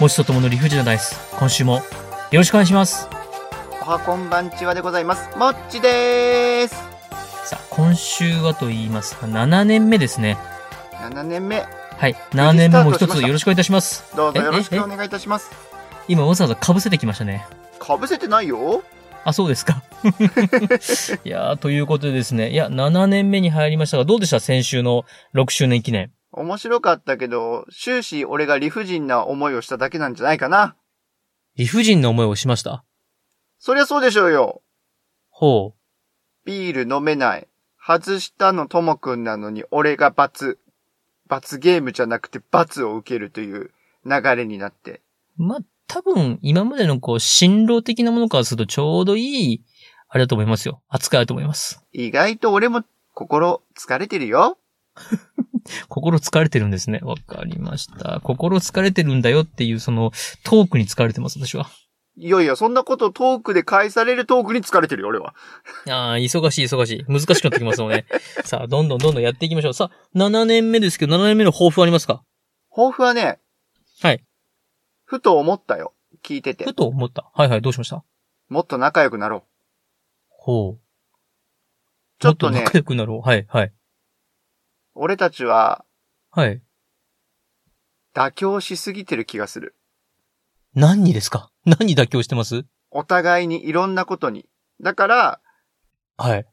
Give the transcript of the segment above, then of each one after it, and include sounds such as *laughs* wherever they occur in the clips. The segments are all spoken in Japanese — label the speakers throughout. Speaker 1: もちとともの理不尽なダイス今週もよろしくお願いします
Speaker 2: おはこんばんちはでございます。もっちでーす。
Speaker 1: さあ今週はと言いますか7年目ですね
Speaker 2: 7年目、
Speaker 1: はい7年目も一
Speaker 2: スタート
Speaker 1: つ
Speaker 2: しました
Speaker 1: よろしくお願いいたします
Speaker 2: どうぞ
Speaker 1: え
Speaker 2: よろし
Speaker 1: え
Speaker 2: くお願いいたします。
Speaker 1: 今わざわざかぶせてきましたね
Speaker 2: かぶせてないよ。
Speaker 1: あそうです *laughs* かいやーということでですねいや7年目に入りましたがどうでした先週の6周年記念
Speaker 2: 面白かったけど、終始俺が理不尽な思いをしただけなんじゃないかな。
Speaker 1: 理不尽な思いをしました
Speaker 2: そりゃそうでしょうよ。
Speaker 1: ほう
Speaker 2: ビール飲めない。外したのともくんなのに俺が罰。罰ゲームじゃなくて罰を受けるという流れになって。
Speaker 1: まあ、多分、今までのこう、辛労的なものからするとちょうどいい、あれだと思いますよ。扱いだと思います。
Speaker 2: 意外と俺も心疲れてるよ。
Speaker 1: 心疲れてるんですね。わかりました。心疲れてるんだよっていう、その、トークに疲れてます、私は。
Speaker 2: いやいや、そんなことトークで返されるトークに疲れてるよ、俺は。
Speaker 1: ああ、忙しい、忙しい。難しくなってきますの
Speaker 2: *laughs*
Speaker 1: で、ね。さあ、どんどんどんどんやっていきましょう。さあ、7年目ですけど、7年目の抱負ありますか
Speaker 2: 抱負はね、
Speaker 1: はい。
Speaker 2: ふと思ったよ。聞いてて
Speaker 1: ふ。と思った。はいはい、どうしました
Speaker 2: もっと仲良くなろう。
Speaker 1: ほう。
Speaker 2: ちょっと
Speaker 1: も
Speaker 2: ね
Speaker 1: っと、仲良くなろう。はい、はい。
Speaker 2: 俺たちは
Speaker 1: はい。
Speaker 2: 妥協しすぎてる気がする。
Speaker 1: 何にですか何に妥協してます
Speaker 2: お互いにいろんなことに。だから、
Speaker 1: はい。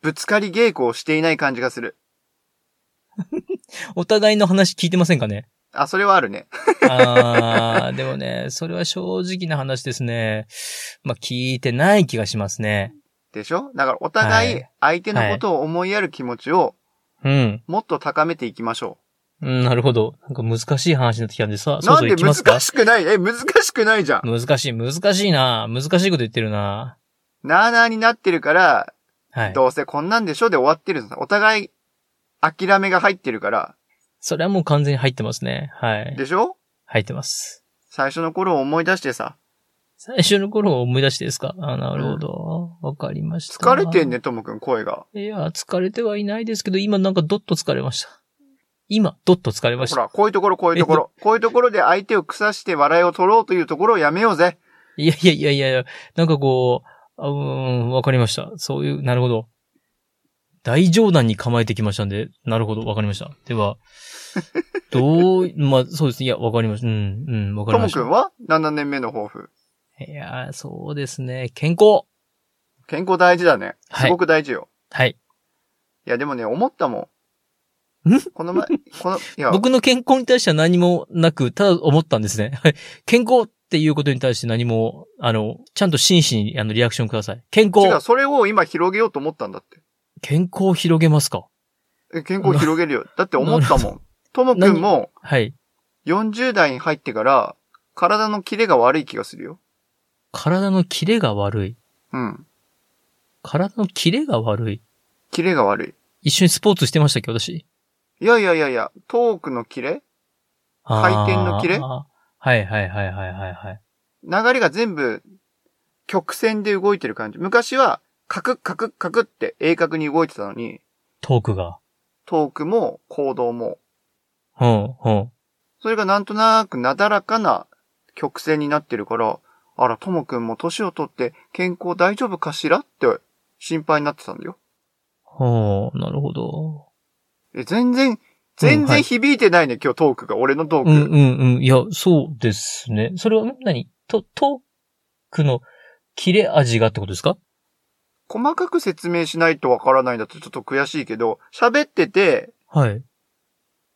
Speaker 2: ぶつかり稽古をしていない感じがする。
Speaker 1: お互いの話聞いてませんかね
Speaker 2: あ、それはあるね。
Speaker 1: あ
Speaker 2: *laughs*
Speaker 1: ー、でもね、それは正直な話ですね。まあ、聞いてない気がしますね。
Speaker 2: でしょだからお互
Speaker 1: はいい
Speaker 2: 相手のことを思いやる気持ちを
Speaker 1: うん。
Speaker 2: もっと高めていきましょ
Speaker 1: うん、なるほど。なんか難しい話になってきたんでさ、
Speaker 2: う。
Speaker 1: そう
Speaker 2: な
Speaker 1: そ
Speaker 2: ん
Speaker 1: う行
Speaker 2: で
Speaker 1: きますか
Speaker 2: 難しくないえ、難しくないじゃん。
Speaker 1: 難しい、難しいな。難しいこと言ってるな。
Speaker 2: なあなあになってるから、
Speaker 1: はい。
Speaker 2: どうせこんなんでしょで終わってるのさ。お互い諦めが入ってるから、
Speaker 1: それはもう完全に入ってますね。はい。
Speaker 2: でしょ
Speaker 1: 入ってます。
Speaker 2: 最初の頃を思い出してさ、
Speaker 1: 最初の頃を思い出してですかあーなるほど。わかりました。
Speaker 2: 疲れてんね、ともくん、声が。
Speaker 1: いや、疲れてはいないですけど、今なんかどっと疲れました。今、どっと疲れまし
Speaker 2: ほ
Speaker 1: た。
Speaker 2: ら、こういうところ、こういうところ。こういうところで相手を腐して笑いを取ろうというところをやめようぜ。
Speaker 1: いやいやいやいやいや、なんかこう、あうーん、わかりました。そういう、なるほど。大冗談に構えてきましたんで、なるほど、わかりました。では、ど
Speaker 2: *laughs*
Speaker 1: う、まあ、そうですね。いや、わかりました。うん、うん、わかり
Speaker 2: と
Speaker 1: ま
Speaker 2: も
Speaker 1: し
Speaker 2: くん
Speaker 1: た。
Speaker 2: は ?7 年目の抱負。
Speaker 1: いやー、そうですね。健康
Speaker 2: 健康大事だね。
Speaker 1: はい
Speaker 2: すごく大事よ。
Speaker 1: はい。
Speaker 2: い、や、でもね、思ったも
Speaker 1: ん
Speaker 2: ん。こ *laughs* の前、この、いや、
Speaker 1: 僕の健康に対しては何もなく、ただ思ったんですね。はい。健康っていうことに対して何も、あの、ちゃんと真摯に、あの、リアクションください。健
Speaker 2: 違う、
Speaker 1: 康
Speaker 2: それを今広げようと思ったんだって。
Speaker 1: 健康を広げますか
Speaker 2: え健康広げるよ。だって思 *laughs* ったもん。ともくんも
Speaker 1: はい。
Speaker 2: 40代に入ってから、体のキレが悪い気がするよ。
Speaker 1: 体のキレが悪い。
Speaker 2: うん。
Speaker 1: 体のキレが悪い。
Speaker 2: キレが悪い。
Speaker 1: 一緒にスポーツしてましたっけ、私。
Speaker 2: いやいやいやいや、トークのキレ
Speaker 1: あー
Speaker 2: 回転のキレ
Speaker 1: あーはいはいはいはいはいはい。
Speaker 2: 流れが全部曲線で動いてる感じ。昔はカクッカクッカクッって鋭角に動いてたのに、
Speaker 1: トークが。
Speaker 2: トークも行動も、
Speaker 1: うん、うん。
Speaker 2: それがなんとなくなだらかな曲線になってるから、あら、ともくんも年をとって健康大丈夫かしらって心配になってたんだよ。
Speaker 1: ほう、なるほど。
Speaker 2: え、全然、全
Speaker 1: はい
Speaker 2: 然響いてないね、今日トークが。俺のトーク。
Speaker 1: うんうんうん。いや、そうですね。それは、ん何と、トークの切れ味がってことですか
Speaker 2: 細かく説明しないとわからないんだとちょっと悔しいけど、喋ってて、
Speaker 1: はい。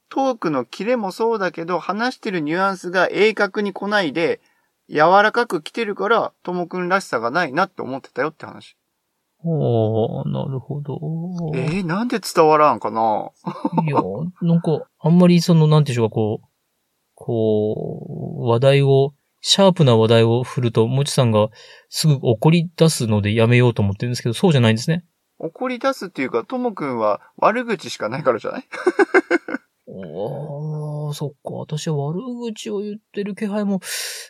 Speaker 2: トークのキレもそうだけど、話してるニュアンスが鋭角に来ないで、柔らかく来てるから、ともくんらしさがないなって思ってたよって話。
Speaker 1: ほう、なるほど。
Speaker 2: えー、なんで伝わらんかない
Speaker 1: や、なんか、あんまりその、なんていうんでしょうか、こう、こう、話題を、シャープな話題を振ると、もちさんがすぐ怒り出すのでやめようと思ってるんですけど、そうじゃないんですね。
Speaker 2: 怒り出すっていうか、ともくんは悪口しかないからじゃない
Speaker 1: ああ、そっか。私は悪口を言ってる気配も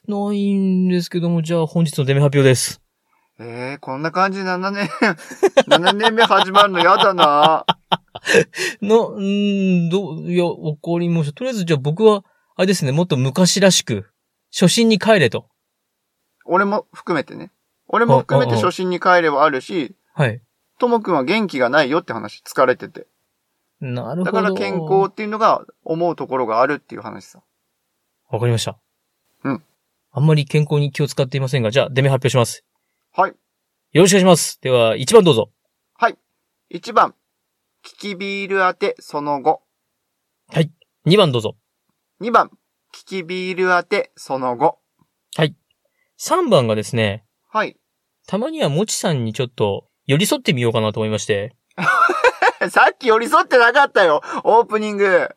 Speaker 1: ないんですけども、じゃあ本日のデメ発表です。
Speaker 2: えー、こんな感じで7年、7年目始まるのやだな
Speaker 1: の、うーんどう、いや、怒りました。とりあえず、じゃあ僕は、あれですね、もっと昔らしく、初心に帰れと。
Speaker 2: 俺も含めてね。俺も含めて初心に帰れはあるし、
Speaker 1: はい。
Speaker 2: ともくんは元気がないよって話、疲れてて。
Speaker 1: なるほど。
Speaker 2: だから健康っていうのが思うところがあるっていう話さ。
Speaker 1: わかりました。
Speaker 2: うん。
Speaker 1: あんまり健康に気を使っていませんが、じゃあ、デメ発表します。
Speaker 2: はい。
Speaker 1: よろしくお願いします。では、1番どうぞ。
Speaker 2: 1番、キキビール当てその後。
Speaker 1: 2番どうぞ。
Speaker 2: 2番、キキビール当てその後。
Speaker 1: 3番がですね、
Speaker 2: はい。
Speaker 1: たまにはもちさんにちょっと寄り添ってみようかなと思いまして。
Speaker 2: *laughs* さっき寄り添ってなかったよオープニング。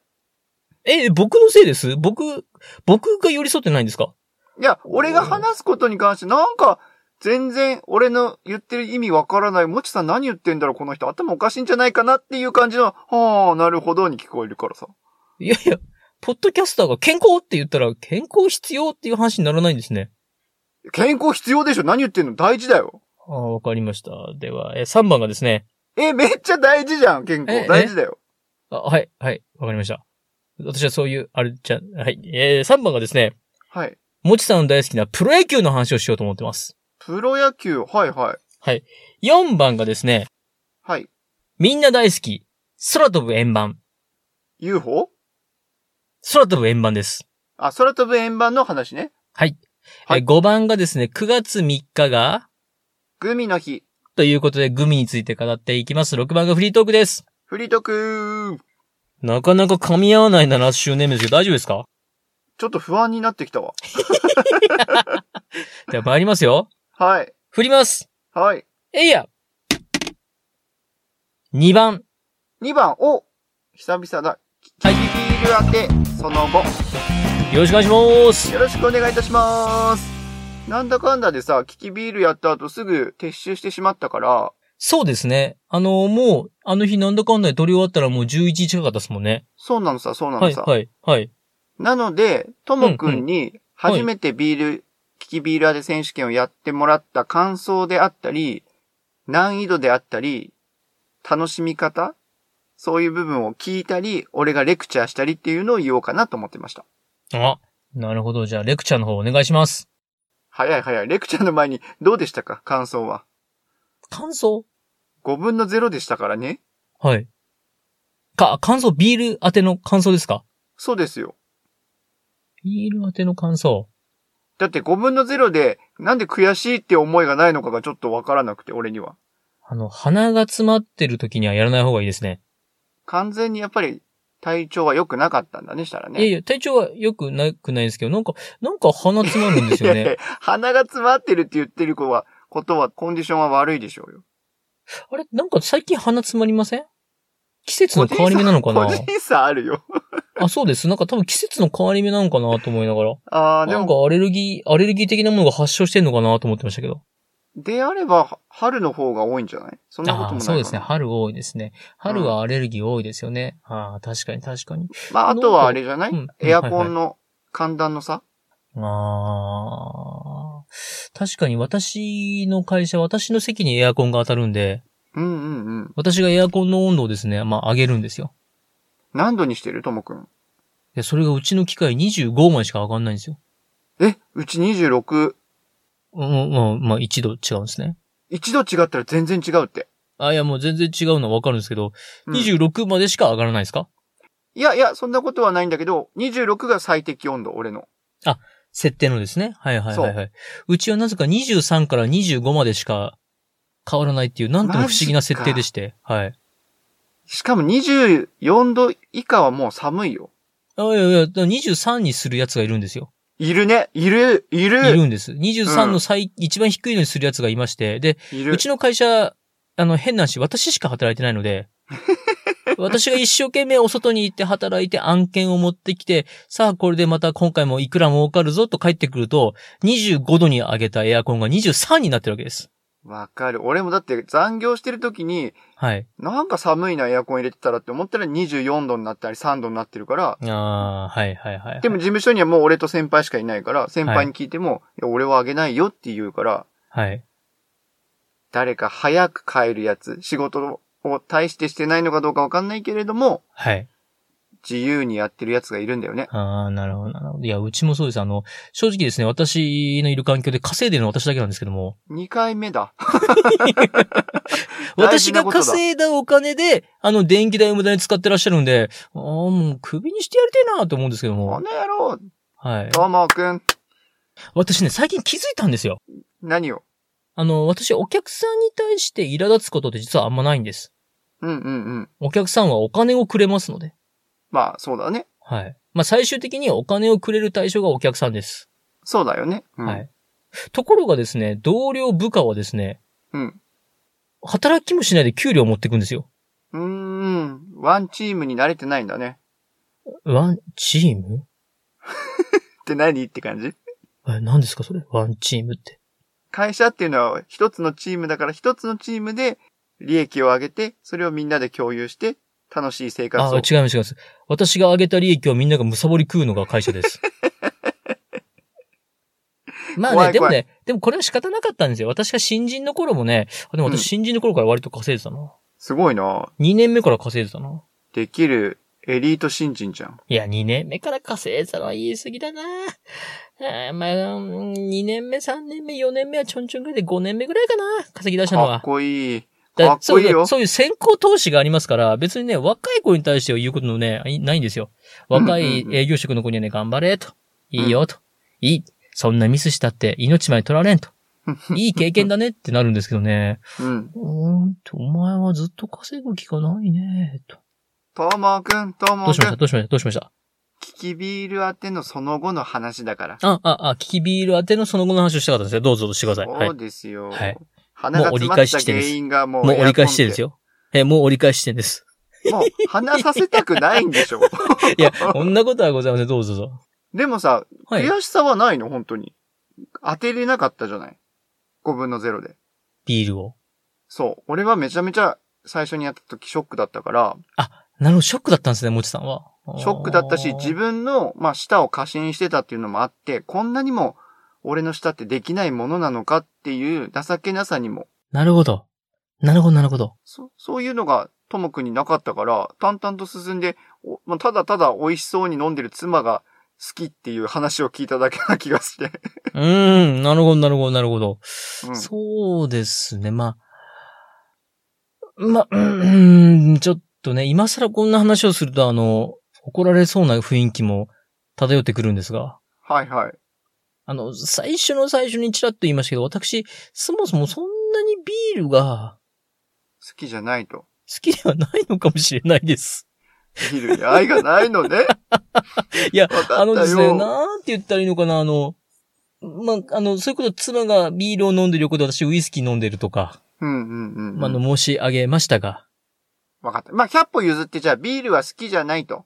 Speaker 1: え、僕のせいです僕、僕が寄り添ってないんですか
Speaker 2: いや、俺が話すことに関して、なんか、全然、俺の言ってる意味わからない。もちさん何言ってんだろうこの人。頭おかしいんじゃないかなっていう感じの、はあ、なるほどに聞こえるからさ。
Speaker 1: いやいや、ポッドキャスターが健康って言ったら、健康必要っていう話にならないんですね。
Speaker 2: 健康必要でしょ何言ってんの大事だよ。
Speaker 1: ああ、わかりました。では、え、3番がですね、
Speaker 2: え、めっちゃ大事じゃん、健
Speaker 1: ええ
Speaker 2: 康。大事だよ。
Speaker 1: あ、はい、はい、わかりました。私はそういう、あれじゃ、はい。えー、3番がですね、
Speaker 2: はい。
Speaker 1: もちさんの大好きなプロ野球の話をしようと思ってます。
Speaker 2: プロ野球、はいはい。
Speaker 1: 4番がですね、
Speaker 2: はい。
Speaker 1: みんな大好き、空飛ぶ円盤。
Speaker 2: UFO?
Speaker 1: 空飛ぶ円盤です。
Speaker 2: あ、空飛ぶ円盤の話ね。はい
Speaker 1: え5番がですね、9月3日が、
Speaker 2: グミの日。
Speaker 1: ということでグミについて語っていきます。6番がフリートークです。
Speaker 2: フリートクー。
Speaker 1: なかなか噛み合わない7周年目ですけど大丈夫ですか
Speaker 2: ちょっと不安になってきたわ。
Speaker 1: では参りますよ。
Speaker 2: はい。
Speaker 1: 振ります。
Speaker 2: はい。
Speaker 1: えいや !2 番。
Speaker 2: 2番、お久々だ。
Speaker 1: はい。
Speaker 2: ビール当て、その後。
Speaker 1: よろしくお願いします。
Speaker 2: よろしくお願いいたします。なんだかんだでさ、キキビールやった後すぐ撤収してしまったから、
Speaker 1: そうですね。あの、もう、あの日なんだかんだで撮り終わったらもう11日近かったですもんね。
Speaker 2: そうなのさ、そうな
Speaker 1: は
Speaker 2: の
Speaker 1: い、
Speaker 2: さ。
Speaker 1: はい、はい。
Speaker 2: なので、ともくんに
Speaker 1: はい
Speaker 2: 初めてビール、キキビール当て選手権をやってもらった感想であったり、難易度であったり、楽しみ方そういう部分を聞いたり、俺がレクチャーしたりっていうのを言おうかなと思ってました。
Speaker 1: あ、なるほど。じゃあ、レクチャーの方お願いします。
Speaker 2: 早い早い。レクチャーの前にどうでしたか感想は。
Speaker 1: 感想
Speaker 2: 5分の0でしたからね。
Speaker 1: はい。か、感想、ビール当ての感想ですか
Speaker 2: そうですよ。
Speaker 1: ビール当ての感想。
Speaker 2: だって5分の0で、なんで悔しいって思いがないのかがちょっとわからなくて、俺には。
Speaker 1: あの、鼻が詰まってる時にはやらない方がいいですね。
Speaker 2: 完全にやっぱり体調は良くなかったんだね、したらね。
Speaker 1: いやいや、体調は良くなくないですけど、なんか、なんか鼻詰まるんですよ
Speaker 2: い *laughs* やい
Speaker 1: ね。
Speaker 2: や鼻が詰まってるって言ってる子は、ことは、コンディションは悪いでしょうよ。
Speaker 1: あれなんか最近鼻詰まりません季節の変わり目なのかな
Speaker 2: 個人差あるよ。
Speaker 1: あ、そうです。なんか多分季節の変わり目なのかなと思いながら。
Speaker 2: ああ、で
Speaker 1: なん
Speaker 2: も、
Speaker 1: かアレルギー、アレルギー的なものが発症してんのかなと思ってましたけど。
Speaker 2: であれば、春の方が多いんじゃないそんなことも
Speaker 1: あ
Speaker 2: な
Speaker 1: あ
Speaker 2: い
Speaker 1: ー、
Speaker 2: かな
Speaker 1: そうですね。春多いですね。春はアレルギー多いですよね。ああ、確かに確かに。
Speaker 2: まあ、あとはあれじゃない
Speaker 1: うん
Speaker 2: エアコ
Speaker 1: はい
Speaker 2: ンの寒暖の差
Speaker 1: ああ、確かに私の会社、私の席にエアコンが当たるんで、
Speaker 2: うんうんうん。
Speaker 1: 私がエアコンの温度をですね、まあ上げるんですよ。
Speaker 2: 何度にしてるともくん。
Speaker 1: で、それがうちの機械25までしか上がんないんですよ。
Speaker 2: え、うち26。
Speaker 1: うん、まあ、まあ一度違うんですね。
Speaker 2: 一度違ったら全然違うって。
Speaker 1: あ、いやもう全然違うのはわかるんですけど、
Speaker 2: うん
Speaker 1: 26までしか上がらないですか
Speaker 2: いやいや、そんなことはないんだけど、26が最適温度、俺の。
Speaker 1: 設定のですね。はいはいはい、はいう。ちはなぜか23から25までしか変わらないっていう、なんとも不思議な設定でして。はい。
Speaker 2: しかも24度以下はもう寒いよ。
Speaker 1: あいやいや、だから23にするやつがいるんですよ。
Speaker 2: いるね、いる、い
Speaker 1: い
Speaker 2: る、
Speaker 1: るんです。23の最、一番低いのにするやつがいまして、で、
Speaker 2: いうる。
Speaker 1: ちの会社、あの、変な話、私しか働いてないの *laughs* で、私が一生懸命お外に行って働いて案件を持ってきて、さあこれでまた今回もいくら儲かるぞと帰ってくると、25度に上げたエアコンが23になってるわけです。
Speaker 2: わかる。俺もだって残業してる時に、
Speaker 1: はい。
Speaker 2: なんか寒いなエアコン入れてたらって思ったら24度になったり3度になってるから、
Speaker 1: ああ、はいはいはいはい。
Speaker 2: でも事務所にはもう俺と先輩しかいないから、先輩に聞いても、いや俺はあげないよって言うから、
Speaker 1: はい。
Speaker 2: 誰か早く帰るやつ、仕事を対してしてないのかどうかわかんないけれども、
Speaker 1: はい。
Speaker 2: 自由にやってるやつがいるんだよね。
Speaker 1: ああ、なるほど、なるほど。いや、うちもそうです。あの、正直ですね、私のいる環境で稼いでるのは私だけなんですけども、
Speaker 2: 2回目だ。大
Speaker 1: 私
Speaker 2: 事な
Speaker 1: が
Speaker 2: ことだ
Speaker 1: 稼いだお金で、あの、電気代を無駄に使ってらっしゃるんで、ああ、もう首にしてやりたいなと思うんですけど
Speaker 2: こ
Speaker 1: も、
Speaker 2: の野郎、
Speaker 1: はい。
Speaker 2: どうもくん。
Speaker 1: 私ね、最近気づいたんですよ。
Speaker 2: 何を
Speaker 1: あの、私、お客さんに対して苛立つことって実はあんまないんです。
Speaker 2: うんうんうん。
Speaker 1: お客さんはお金をくれますので。
Speaker 2: まあ、そうだね。
Speaker 1: はい。まあ、最終的にお金をくれる対象がお客さんです。
Speaker 2: そうだよね。うん、
Speaker 1: はい。ところがですね、同僚部下はですね、
Speaker 2: うん。
Speaker 1: 働きもしないで給料を持っていくんですよ。
Speaker 2: うーん。ワンチームに慣れてないんだね。
Speaker 1: ワンチーム
Speaker 2: って何って感じ
Speaker 1: え、何ですかそれワンチームって。
Speaker 2: 会社っていうのは一つのチームだから一つのチームで利益を上げて、それをみんなで共有して楽しい生活
Speaker 1: あ、
Speaker 2: を。
Speaker 1: 違います、違います。私が上げた利益をみんながむさぼり食うのが会社
Speaker 2: *laughs*
Speaker 1: です。まあね、
Speaker 2: 怖い
Speaker 1: でも
Speaker 2: 怖
Speaker 1: ね、でもこれは仕方なかったんですよ。私が新人の頃もね、あでも
Speaker 2: うん
Speaker 1: 私新人の頃から割と稼いでたな。
Speaker 2: すごいな
Speaker 1: 2年目から稼いでたな。
Speaker 2: できるエリート新人じゃん。
Speaker 1: いや、2年目から稼いでたのは言い過ぎだな。あーまあ、2年目、3年目、4年目はちょんちょんぐらいで5年目ぐらいかな。稼ぎ出したの
Speaker 2: かっ
Speaker 1: は。
Speaker 2: こいい。
Speaker 1: だ
Speaker 2: かっこいい
Speaker 1: そう
Speaker 2: よ
Speaker 1: だ。そういう先行投資がありますから、別にね、若い子に対しては言うことのね、いないんですよ。若
Speaker 2: う
Speaker 1: い
Speaker 2: んうんうん
Speaker 1: 営業職の子にはね、頑張れと。いいよと。いい。そんなミスしたって命まで取られ
Speaker 2: *laughs*
Speaker 1: んと。いい経験だねってなるんですけどね。
Speaker 2: うん。
Speaker 1: うーんと、お前はずっと稼ぐ気がないねと。
Speaker 2: ともくん、と
Speaker 1: ど
Speaker 2: も
Speaker 1: うしま
Speaker 2: く
Speaker 1: した
Speaker 2: ん。
Speaker 1: どうしましたどうしました
Speaker 2: キキビール当てのその後の話だから。
Speaker 1: あ、あ、あ、キキビール当てのその後の話をしたかったんですよ。どうぞしてください。はい。
Speaker 2: そ
Speaker 1: も
Speaker 2: うですよ。
Speaker 1: はい
Speaker 2: 鼻が詰ま
Speaker 1: もう折り返
Speaker 2: っ
Speaker 1: した地点
Speaker 2: 原
Speaker 1: です
Speaker 2: 因がもう。
Speaker 1: う折り返してです
Speaker 2: よ。
Speaker 1: よ。え、もう折り返してんです。
Speaker 2: もう話させたくないん
Speaker 1: *laughs*
Speaker 2: でしょ。
Speaker 1: い
Speaker 2: *laughs*
Speaker 1: や、こんなことはございません。どうぞどうぞ。
Speaker 2: でもさ、
Speaker 1: はい。
Speaker 2: 悔しさはないの本当に。当てれなかったじゃない ?5 分の0で。
Speaker 1: ビールを。
Speaker 2: そう。俺はめちゃめちゃ最初にやった時ショックだったから、
Speaker 1: なるほど、ショックだったんですね、もちさんは。
Speaker 2: *laughs* ショックだったし、自
Speaker 1: 分。
Speaker 2: 分の、まあ、舌を過信してたっていうのもあって、こんなにも俺の舌ってできないものなのかっていう情けなさにも、
Speaker 1: なるほど。なるほど、なるほど。
Speaker 2: そそういうのがともくんになかったから、淡々と進んで、おまあ、ただただ美味しそうに飲んでる妻が好きっていう話を聞いただけな気がして。
Speaker 1: うーん、なるほど、なるほど、なるほど。
Speaker 2: うん
Speaker 1: そうですね、まあ。まあ、うーん、ちょっとね、今更こんな話をすると、あの、怒られそうな雰囲気も漂ってくるんですが、
Speaker 2: はいはい。
Speaker 1: あの、最初の最初にちらっと言いましたけど、私、そもそもそんなにビールが
Speaker 2: 好きじゃないと。
Speaker 1: 好きではないのかもしれないです。
Speaker 2: ビールに愛がないのね。
Speaker 1: *laughs* いや
Speaker 2: わかったよ
Speaker 1: あのですね、なんて言ったらいいのかな、あの、まあ、あの、そういうこと、妻がビールを飲んでる横で私ウイスキー飲んでるとか、
Speaker 2: うんうんうんうん。
Speaker 1: まあ、あの、申し上げましたが、
Speaker 2: わかった。まあ、100歩譲ってじゃあビールは好きじゃないと。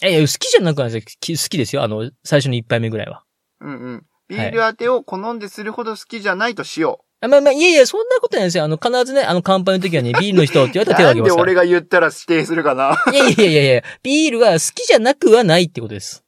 Speaker 1: いやいや、好きじゃなくないですよき好きですよ、あの、最初の一杯目ぐらいは。
Speaker 2: うんうん。ビール当てを好んでするほど好きじゃないとしよ
Speaker 1: あまあまあ、いやいや、そんなことないですよ。あの、必ずね、あの、乾杯の時はね、ビールの人って言われ
Speaker 2: う。
Speaker 1: たら手を
Speaker 2: な
Speaker 1: 挙げ
Speaker 2: んで
Speaker 1: ますから。
Speaker 2: 俺
Speaker 1: い
Speaker 2: が言ったら否定するかな。 *laughs*
Speaker 1: やいやいやいや、ビールは好きじゃなくはないってことです。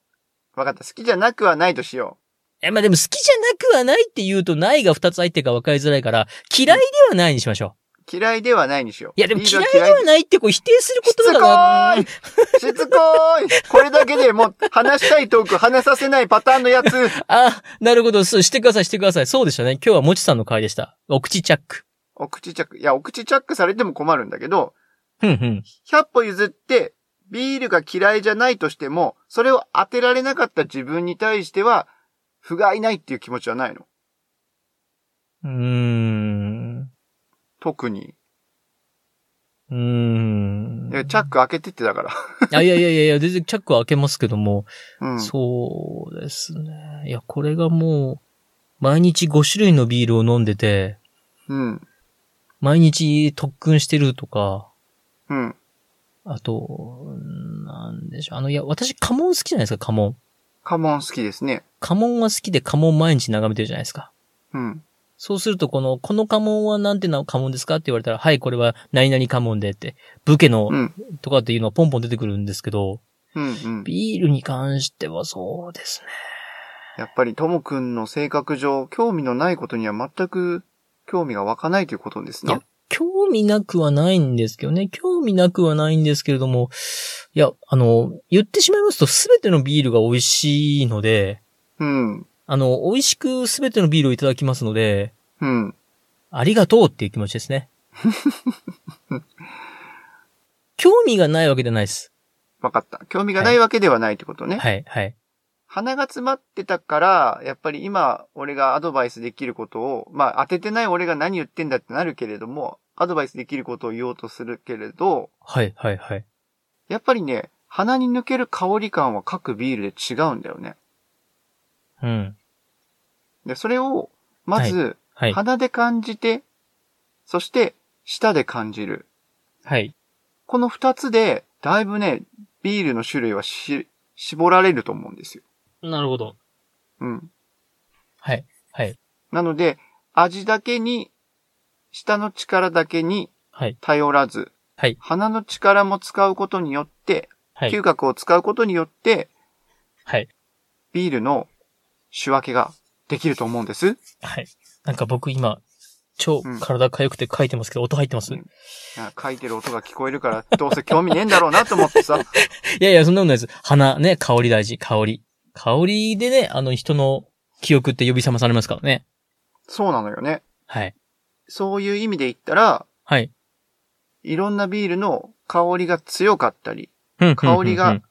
Speaker 2: わかった。好きじゃなくはないとしよ
Speaker 1: え、まあでも好きじゃなくはないって言うと、ないが二つ入ってるから分かりづらいから、嫌いではないにしましょ
Speaker 2: う。嫌いではないにしよう。
Speaker 1: う。いや、でも
Speaker 2: ビー
Speaker 1: 嫌
Speaker 2: ル
Speaker 1: い
Speaker 2: は
Speaker 1: ではないってこう否定する
Speaker 2: しつ
Speaker 1: 言
Speaker 2: こ
Speaker 1: 葉が、
Speaker 2: ーいしつこーいこれだけでもう話したいトーク話させないパターンのやつ。 *laughs*
Speaker 1: あ、なるほど。そう、してください、してください。そうでしたね。今日はもちさんの回でした。お口チャック。
Speaker 2: お口チャック。いや、お口チャックされても困るんだけど、
Speaker 1: ふんふん。
Speaker 2: 100歩譲って、ビールが嫌いじゃないとしても、それを当てられなかった自分に対しては、不甲斐ないっていう気持ちはないの。
Speaker 1: うーん。
Speaker 2: 特に。
Speaker 1: うーん
Speaker 2: い。やチャック開けてってだから。
Speaker 1: あいやいやいやいや、全然チャックは開けますけども。
Speaker 2: うん。
Speaker 1: そうですね。いや、これがもう、毎日5種類のビールを飲んでて、
Speaker 2: うん。
Speaker 1: 毎日特訓してるとか、
Speaker 2: うん。
Speaker 1: あと、なんでしょう。あの、いや、私、家紋好きじゃないですか、家紋。
Speaker 2: カモン好きですね。
Speaker 1: 家紋は好きで家紋毎日眺めてるじゃないですか。
Speaker 2: うん。
Speaker 1: そうすると、この、この家紋はなんてな家紋ですかって言われたら、はい、これは何々家紋でって、武家の
Speaker 2: うん。
Speaker 1: とかっていうのはポンポン出てくるんですけど、
Speaker 2: うん。うん。
Speaker 1: ビールに関してはそうですね。
Speaker 2: やっぱりともくんの性格上、興味のないことには全く興味が湧かないということです
Speaker 1: いや
Speaker 2: ね。、
Speaker 1: 興味なくはないんですけどね。興味なくはないんですけれども、いや、あの、言ってしまいますと、すべてのビールが美味しいので、
Speaker 2: うん。
Speaker 1: あの、美味しくすべてのビールをいただきますので、
Speaker 2: うん。
Speaker 1: ありがとうっていう気持ちですね。
Speaker 2: *laughs*
Speaker 1: 興味がないわけじゃないです。
Speaker 2: わかった。興味がないわけではないってことね。
Speaker 1: はい、はい。
Speaker 2: 鼻が詰まってたから、やっぱり今、俺がアドバイスできることを、まあ、当ててない俺が何言ってんだってなるけれども、アドバイスできることを言おうとするけれど、
Speaker 1: はい、はい、はい。
Speaker 2: やっぱりね、鼻に抜ける香り感は各ビールで違うんだよね。
Speaker 1: うん。
Speaker 2: で、それを、まず、
Speaker 1: はい。
Speaker 2: 鼻で感じて、そして、舌で感じる。
Speaker 1: はい。
Speaker 2: この二つで、だいぶね、ビールの種類はし、絞られると思うんですよ。
Speaker 1: なるほど。
Speaker 2: うん。
Speaker 1: はい、はい、
Speaker 2: なので、味だけに、舌の力だけに
Speaker 1: はい、
Speaker 2: 頼らず、
Speaker 1: はい
Speaker 2: 鼻の力も使うことによって、
Speaker 1: はい
Speaker 2: 嗅、覚を使うことによって、
Speaker 1: はい。
Speaker 2: ビールの仕分けができると思うんです。
Speaker 1: はい。なんか僕今、超体痒くて書いてますけど、音入ってます、
Speaker 2: う
Speaker 1: い
Speaker 2: んあ書いてる音が聞こえるから、どうせ興味ねえんだろうなと思って
Speaker 1: *laughs*
Speaker 2: さ。
Speaker 1: やいや、そんなことないです。鼻ね、香り大事、香り。香りでね、あの人の記憶って呼び覚まされますからね。
Speaker 2: そうなのよね。
Speaker 1: はい。
Speaker 2: そういう意味で言ったら、
Speaker 1: はい。
Speaker 2: いろんなビールの香りが強かったり、
Speaker 1: うん
Speaker 2: 香り。
Speaker 1: う
Speaker 2: が
Speaker 1: ん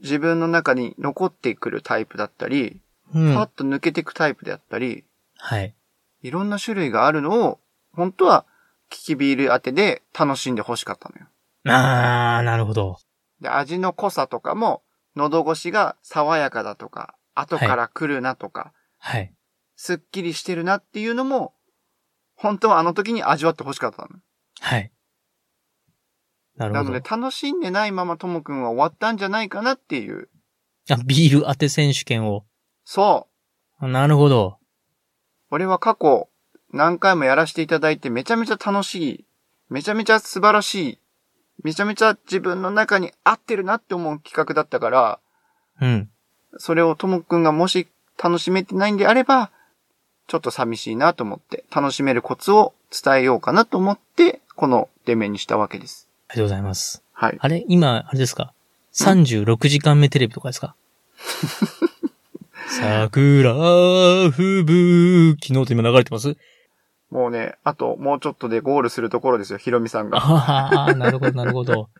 Speaker 2: 自分の中に残ってくるタイプだったり、
Speaker 1: うんうん
Speaker 2: パッと抜けてくタイプであったり、
Speaker 1: はい。
Speaker 2: いろんな種類があるのを、本当は、キキビール当てで楽しんで欲しかったのよ。
Speaker 1: あー、なるほど。
Speaker 2: で、味の濃さとかも、喉越しが爽やかだとか、後から来るなとか、
Speaker 1: はい。
Speaker 2: すっきりしてるなっていうのも、本当はあの時に味わって欲しかったの。
Speaker 1: はい。なる
Speaker 2: な
Speaker 1: ほ
Speaker 2: の
Speaker 1: ど
Speaker 2: で、。楽しんでないままともくんは終わったんじゃないかなっていう。
Speaker 1: あ、ビール当て選手権を。
Speaker 2: そう。
Speaker 1: なるほど。
Speaker 2: 俺は過去、何回もやらせていただいて、めちゃめちゃ楽しい。めちゃめちゃ素晴らしい。めちゃめちゃ自分の中に合ってるなって思う企画だったから、
Speaker 1: うん。
Speaker 2: それをともくんがもし楽しめてないんであれば、ちょっと寂しいなと思って、楽しめるコツを伝えようかなと思って、このデメにしたわけです。
Speaker 1: ありがとうございます。
Speaker 2: はい。
Speaker 1: あれ今、あれですか ?36 時間目テレビとかです
Speaker 2: *laughs*
Speaker 1: か桜吹雪のって今流れてます
Speaker 2: もうね、あともうちょっとでゴールするところですよ、ひろみさんが。
Speaker 1: ああ、なるほど、なるほど。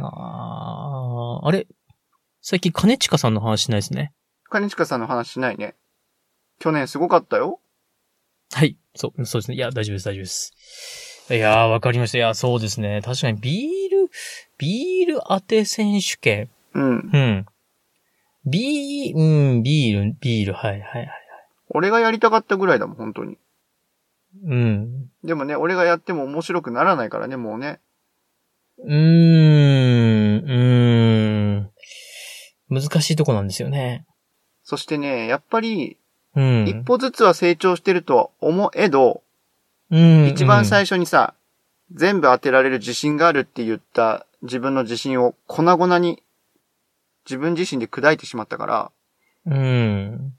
Speaker 1: ああ、あれ最近、金近さんの話しないですね。
Speaker 2: 金近さんの話しないね。去年すごかったよ。
Speaker 1: はい。そう、そうですね。いや、大丈夫です、大丈夫です。いやー、わかりました。いや、そうですね。確かに、ビール、ビール当て選手権。
Speaker 2: うん。
Speaker 1: うん。ビー、うん、ビール、ビール、はい、はい、はい。
Speaker 2: 俺がやりたかったぐらいだもん、本当に。
Speaker 1: うん。
Speaker 2: でもね、俺がやっても面白くならないからね、もうね。
Speaker 1: うーん、うーん。難しいとこなんですよね。
Speaker 2: そしてね、やっぱり、
Speaker 1: う
Speaker 2: 一
Speaker 1: ん。
Speaker 2: 歩ずつは成長してるとは思えど、
Speaker 1: うん
Speaker 2: 一番最初にさ、全部当てられる自信があるって言った自分の自信を粉々に自分自身で砕いてしまったから、
Speaker 1: うん。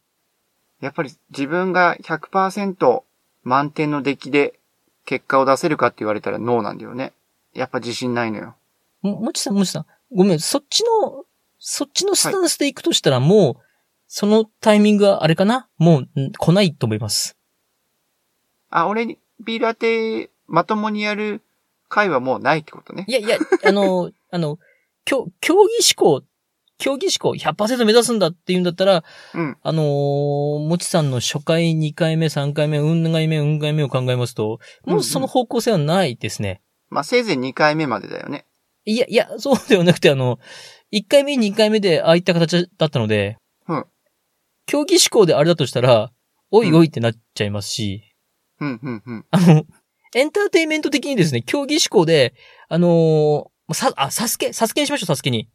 Speaker 2: やっぱり自分が100%満点の出来で結果を出せるかって言われたらノーなんだよね。やっぱ自信ないのよ。
Speaker 1: も、もちさん、もちさん。ごめん、そっちの、そっちのスタンスで行くとしたら、もう、そのタイミングはあれかなもう、ん来ないと思います。
Speaker 2: あ、俺にビール当てまともにやる回はもうないってことね。
Speaker 1: いやい *laughs* や、あの、あの、競、競技志向、競技志向100%目指すんだっていうんだったら、
Speaker 2: うん。
Speaker 1: あのーもちさんの初回、2回目、3回目、うん回目、うん回目を考えますと、もうその方向性はないですね。
Speaker 2: まあ、せいぜい2回目までだよね。
Speaker 1: いや、いや、そうではなくて、あの、1回目、2回目でああいった形だったので、
Speaker 2: うん
Speaker 1: 競技志向であれだとしたら、おいおいってなっちゃいますし、
Speaker 2: うん、うん、うん。
Speaker 1: あの、エンターテインメント的にですね、競技志向で、あのーさ、あ、サスケ、サスケにしましょう、サスケに。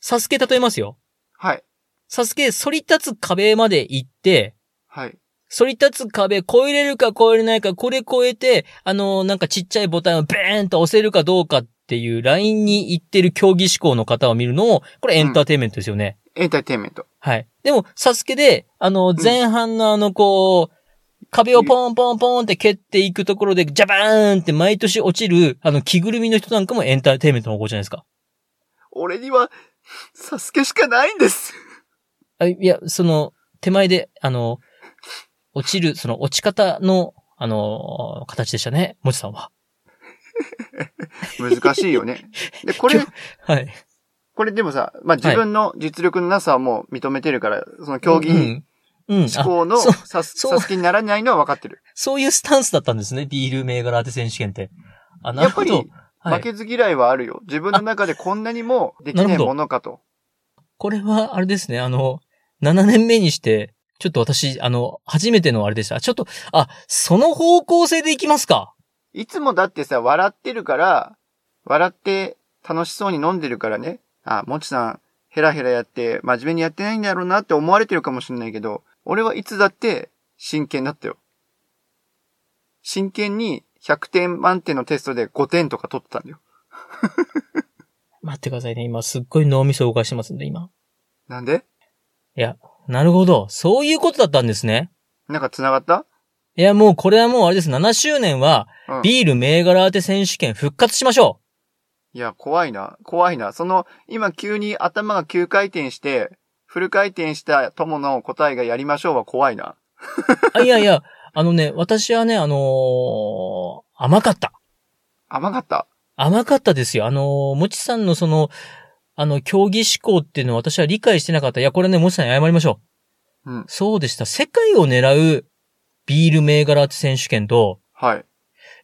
Speaker 1: サスケ例えますよ。
Speaker 2: はい。
Speaker 1: サスケ、反り立つ壁まで行って、
Speaker 2: はい。
Speaker 1: 反り立つ壁、越えれるか越えれないか、これ越えて、あのーなんかちっちゃいボタンをベーンと押せるかどうかっていうラインに行ってる競技志向の方を見るのを、これエンターテインメントですよね。
Speaker 2: エンターテインメント。
Speaker 1: はい。でも、サスケで、あの、
Speaker 2: ん
Speaker 1: 前半のあの、こう、壁をポンポンポンって蹴っていくところで、ジャバーンって毎年落ちる、あの、着ぐるみの人なんかもエンターテインメントの方向じゃないですか。
Speaker 2: 俺には、サスケしかない
Speaker 1: *laughs*
Speaker 2: んです。
Speaker 1: あいや、その、手前で、あの、落ちる、その落ち方の、あの、形でしたね、もちさんは。
Speaker 2: 難しいよね。で、これ、
Speaker 1: はい。
Speaker 2: これでもさ、まあ、自分の実力のなさはもう認めてるから、その競技
Speaker 1: うん。うん。
Speaker 2: 志向の
Speaker 1: あそ
Speaker 2: サス
Speaker 1: そう
Speaker 2: サスケにならないのは分かってる。
Speaker 1: そういうスタンスだったんですね、ビール銘柄当て選手権って。あ、な
Speaker 2: や
Speaker 1: る
Speaker 2: っぱ
Speaker 1: ほ
Speaker 2: り、
Speaker 1: ど。は
Speaker 2: 負
Speaker 1: い。
Speaker 2: けず嫌いはあるよ。自分の中でこんなにもできな
Speaker 1: ないるほど
Speaker 2: ものかと。
Speaker 1: これは、あれですね、あの、7年目にして、ちょっと私、あの、初めてのあれでした。ちょっと、あ、その方向性でいきますか。
Speaker 2: いつもだってさ、笑ってるから、笑って楽しそうに飲んでるからね。あ、もちさん、ヘラヘラやって、真面目にやってないんだろうなって思われてるかもしれないけど、俺はいつだって真剣だったよ。真剣に100点満点のテストで5点とか取ってたんだよ。
Speaker 1: 待ってくださいね、今、すっごい脳みそを動かしてますんで、今。
Speaker 2: なんで
Speaker 1: なるほど。そういうことだったんですね。
Speaker 2: なんか繋がった
Speaker 1: いや、もう、これはもうあれです。7周年は、
Speaker 2: うん。
Speaker 1: ビール銘柄当て選手権復活しましょ
Speaker 2: いや、怖いな。怖いな。その、今急に頭が急回転して、フル回転した友の答えがやりましょうは怖いな。
Speaker 1: う。あ、いやいや、あのね、私はね、あのー甘かった。
Speaker 2: 甘かった。
Speaker 1: 甘かったですよ。あのー、もちさんのその、あの、競技志向っていうのは私は理解してなかった。いや、これね、もちさんに謝りましょう。
Speaker 2: うん
Speaker 1: そうでした。世界を狙うビール銘柄当て選手権と、
Speaker 2: はい。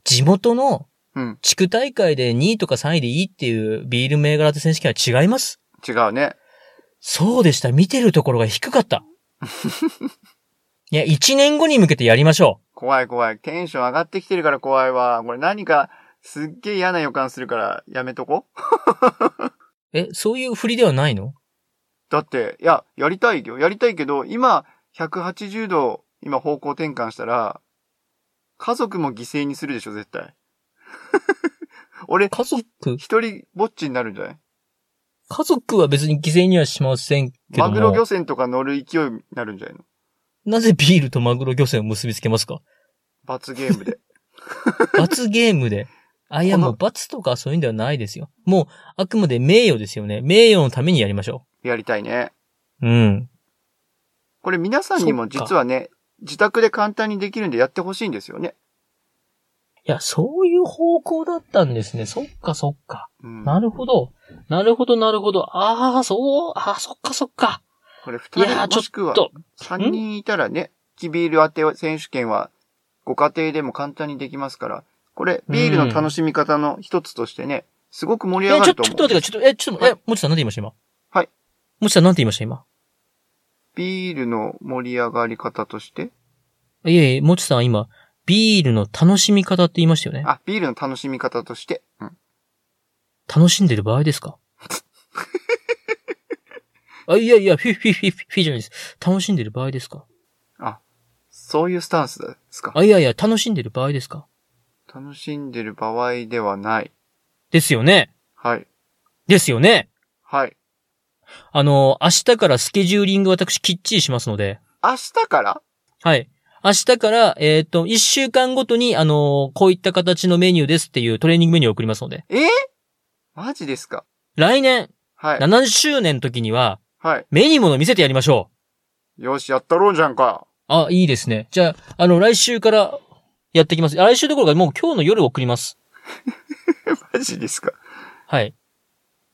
Speaker 1: 地元の
Speaker 2: うん。
Speaker 1: 地区大会で2位とか3位でいいっていうビール銘柄当て選手権は違います。
Speaker 2: 違うね。
Speaker 1: そうでした。見てるところが低かった。
Speaker 2: *laughs*
Speaker 1: いや、1年後に向けてやりましょ
Speaker 2: 怖い怖い。テンション上がってきてるから怖いわ。これ何か、すっげえ嫌な予感するから、やめとこ。 *laughs*
Speaker 1: う。え、そういう振りではないの
Speaker 2: だって、いや、やりたいよ。やりたいけど、今、180度、今方向転換したら、家族も犠牲にするでしょ、絶対。 *laughs* 俺、
Speaker 1: 家族
Speaker 2: 一人ぼっちになるんじゃない
Speaker 1: 家族は別に犠牲にはしませんけど
Speaker 2: マ
Speaker 1: も。
Speaker 2: グロ漁船とか乗る勢いになるんじゃないの
Speaker 1: なぜビールとマグロ漁船を結びつけます
Speaker 2: *laughs*
Speaker 1: か
Speaker 2: 罰ゲーム
Speaker 1: *laughs*
Speaker 2: で。
Speaker 1: 罰ゲームで。あ、いや、
Speaker 2: この
Speaker 1: もう罰とかそういうんではないですよ。もう、あくまで名誉ですよね。名誉のためにやりましょ
Speaker 2: やりたいね。
Speaker 1: う。うん。
Speaker 2: これ皆さんにも
Speaker 1: そっか
Speaker 2: 実はね、自宅で簡単にできるんでやってほしいんですよね。
Speaker 1: いや、そういう方向だったんですね。そっかそっか。
Speaker 2: うん、
Speaker 1: なるほど。なるほどなるほど。ああ、そう、ああ、そっかそっか。
Speaker 2: これ
Speaker 1: い
Speaker 2: 二
Speaker 1: やー
Speaker 2: 人もしくは
Speaker 1: ちょっ
Speaker 2: 三人いたらね、キビール当て選手権はご家庭でも簡単にできますから、これビールの楽しみ方の一つとしてね、すごく盛
Speaker 1: え、
Speaker 2: り上が
Speaker 1: ちょ、
Speaker 2: る
Speaker 1: ち
Speaker 2: と
Speaker 1: ょっ
Speaker 2: 思う。
Speaker 1: と待ってください。ちょっと、え、ちょっと、
Speaker 2: はい
Speaker 1: え、もちさんなんて言いました今。
Speaker 2: はい。
Speaker 1: もちさんなんて言いました今。
Speaker 2: ビールの盛り上がり方として、
Speaker 1: いえいえ、もちさんは今、ビールの楽しみ方って言いましたよね。
Speaker 2: あ、ビールの楽しみ方として、うん、
Speaker 1: 楽しんでる場合ですか *laughs* あいやいや、フィフィフィフィフィじゃないです。楽しんでる場合ですか
Speaker 2: そういうスタンスですか。
Speaker 1: あいやいや、楽しんでる場合ですか
Speaker 2: 楽しんでる場合ではない。
Speaker 1: ですよね。
Speaker 2: はい。
Speaker 1: ですよね。
Speaker 2: はい。
Speaker 1: あの、明日からスケジューリング私きっちりしますので。
Speaker 2: 明日から
Speaker 1: はい。明日から、えっ、と、一週間ごとに、あのこういった形のメニューですっていうトレーニングメニューを送りますので。
Speaker 2: えーマジですか
Speaker 1: 来年、
Speaker 2: はい。
Speaker 1: 7周年の時には、
Speaker 2: はい。
Speaker 1: 目にもの見せてやりましょ
Speaker 2: よし、やったろうじゃんか。
Speaker 1: う。あ、いいですね。じゃあ、あの、来週からやってきます。来週どころかもう今日の夜送ります。
Speaker 2: マジですか
Speaker 1: はい。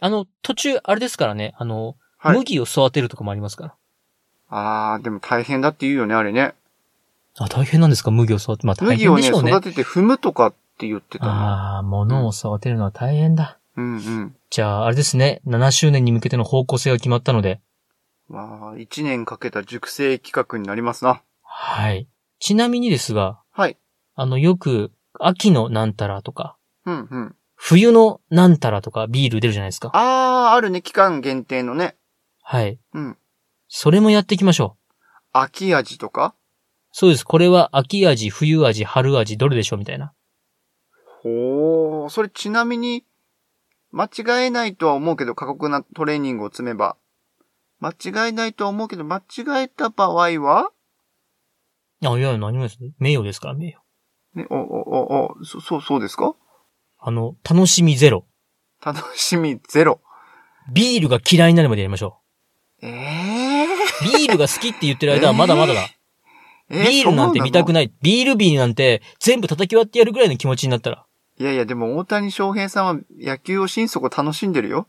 Speaker 1: あの、途中、あれですからね、あの、
Speaker 2: はい。
Speaker 1: 麦を育てるとかもありますから。
Speaker 2: あー、でも大変だって言うよね、あれね。
Speaker 1: あ、大変なんですか麦を育て、まあ大
Speaker 2: 麦
Speaker 1: 変
Speaker 2: を
Speaker 1: で
Speaker 2: ね、
Speaker 1: しょうね。
Speaker 2: 育てて踏むとかって言ってたな。
Speaker 1: ああ、物を育てるのは大変だ。
Speaker 2: うんうん。
Speaker 1: じゃあ、あれですね、7周年に向けての方向性が決まったので、
Speaker 2: まあ、一年かけた熟成企画になりますな。
Speaker 1: はい。ちなみにですが、
Speaker 2: はい。
Speaker 1: あの、よく、秋のなんたらとか、
Speaker 2: うんうん。
Speaker 1: 冬のなんたらとかビール出るじゃないですか。
Speaker 2: あー、あるね、期間限定のね。
Speaker 1: はい。
Speaker 2: うん。
Speaker 1: それもやっていきましょう。
Speaker 2: 秋味とか
Speaker 1: そうです。これは秋味、冬味、春味、どれでしょうみたいな。
Speaker 2: ほー、それちなみに、間違えないとは思うけど、過酷なトレーニングを積めば。間違えないとは思うけど、間違えた場合は
Speaker 1: あ、いや、何もです。名誉ですから、名誉。
Speaker 2: ね、お、お、お、お、そ、そう、そうですか
Speaker 1: あの、楽しみゼロ。
Speaker 2: 楽しみゼロ。
Speaker 1: ビールが嫌いになるまでやりましょ
Speaker 2: え
Speaker 1: う。
Speaker 2: え
Speaker 1: ビールが好きって言ってる間はまだまだだ。
Speaker 2: え
Speaker 1: ビールなんて見たく
Speaker 2: ない。
Speaker 1: ない。ビール瓶なんて全部叩き割ってやるぐらいの気持ちになったら。
Speaker 2: いやいや、でも大谷翔平さんは野球を心底楽しんでるよ。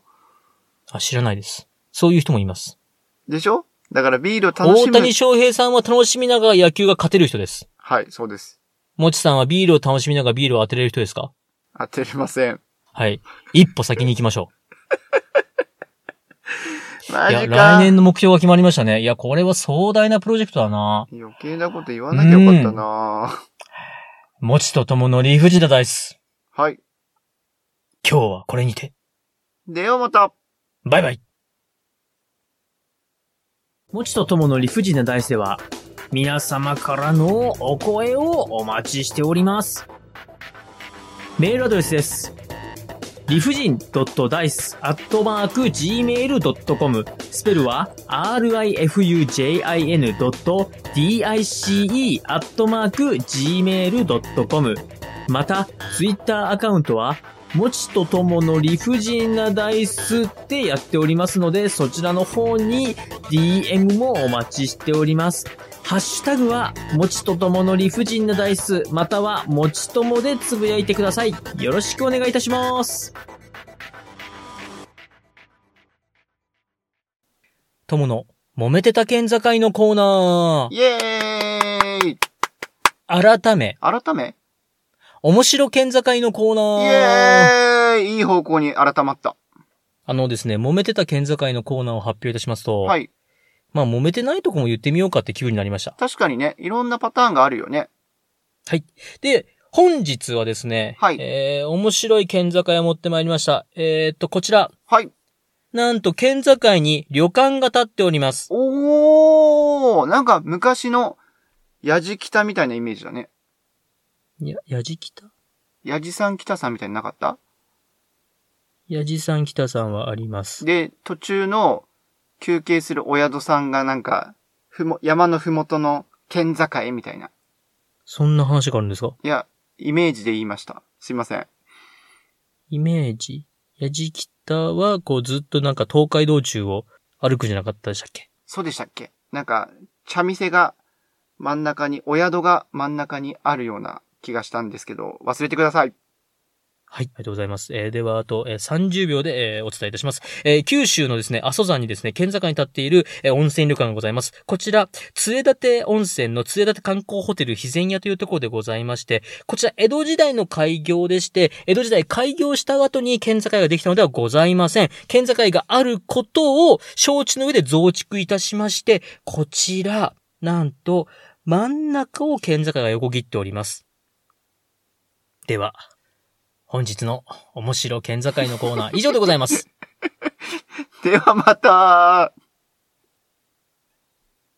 Speaker 1: あ、知らないです。そういう人もいます。
Speaker 2: でしょだからビールを楽し
Speaker 1: 大
Speaker 2: む。
Speaker 1: 谷翔平さんは楽しみながら野球が勝てる人です。
Speaker 2: はい、そうです。
Speaker 1: もちさんはビールを楽しみながらビールを当てれる人ですか
Speaker 2: 当てれません。
Speaker 1: はい。一歩先に行きましょう。
Speaker 2: マ
Speaker 1: い
Speaker 2: ジか
Speaker 1: や、。来年の目標が決まりましたね。いや、これは壮大なプロジェクトだな。
Speaker 2: 余計なこと言わなきゃよかったな、
Speaker 1: もちと友の理不尽だダイス。
Speaker 2: はい。
Speaker 1: 今日はこれにて。
Speaker 2: ではまた
Speaker 1: バイバイ。もちとともの理不尽な大では、皆様からのお声をお待ちしております。メールアドレスです。理不尽 .dice.gmail.com スペルは rifujin.dice.gmail.com また、ツイッターアカウントは、もちとともの理不尽なダイスってやっておりますので、そちらの方に DM もお待ちしております。ハッシュタグは、もちとともの理不尽なダイス、または、もちともでつぶやいてください。よろしくお願いいたします。ともの、揉めてた県境のコーナ
Speaker 2: イエー
Speaker 1: ー。
Speaker 2: イ
Speaker 1: 改め、
Speaker 2: 改め
Speaker 1: 面白県境のコーナー。
Speaker 2: イエーイいい方向に改まった。
Speaker 1: あのですね、揉めてた県境のコーナーを発表いたしますと、
Speaker 2: はい。
Speaker 1: まあ揉めてないとこも言ってみようかって気分になりました。
Speaker 2: 確かにね、いろんなパターンがあるよね。
Speaker 1: で、本日はですね、
Speaker 2: はい
Speaker 1: えー、面白い県境を持ってまいりました。えー、っと、こちら。
Speaker 2: はい。
Speaker 1: なんと県境に旅館が建っております。
Speaker 2: おーなんか昔の、やじ北みたいなイメージだね。
Speaker 1: や、やじきた
Speaker 2: やじさん北さんみたいになかった
Speaker 1: やじさんきたさんはあります。
Speaker 2: で、途中の休憩するお宿さんがなんか、ふも、山のふもとの県境みたいな。
Speaker 1: そんな話があるんですか
Speaker 2: いや、イメージで言いました。すいません。
Speaker 1: イメージやじきたは、こうずっとなんか東海道中を歩くんじゃなかったでしたっけ
Speaker 2: そうでしたっけなんか、茶店が真ん中に、お宿が真ん中にあるような気がしたんですけど、忘れてください。
Speaker 1: はい。ありがとうございます。えーでは、あと、えー30秒で、えーお伝えいたします。えー九州のですね、阿蘇山にですね、県境に立っている、えー温泉旅館がございます。こちら、杖立温泉の杖立観光ホテル肥前屋というところでございまして、こちら、江戸時代の開業でして、江戸時代開業した後に県境ができたのではございません。県境があることを承知の上で増築いたしまして、こちら、なんと、真ん中を県境が横切っております。では、本日の面白県境のコーナー以上でございます。
Speaker 2: ではまた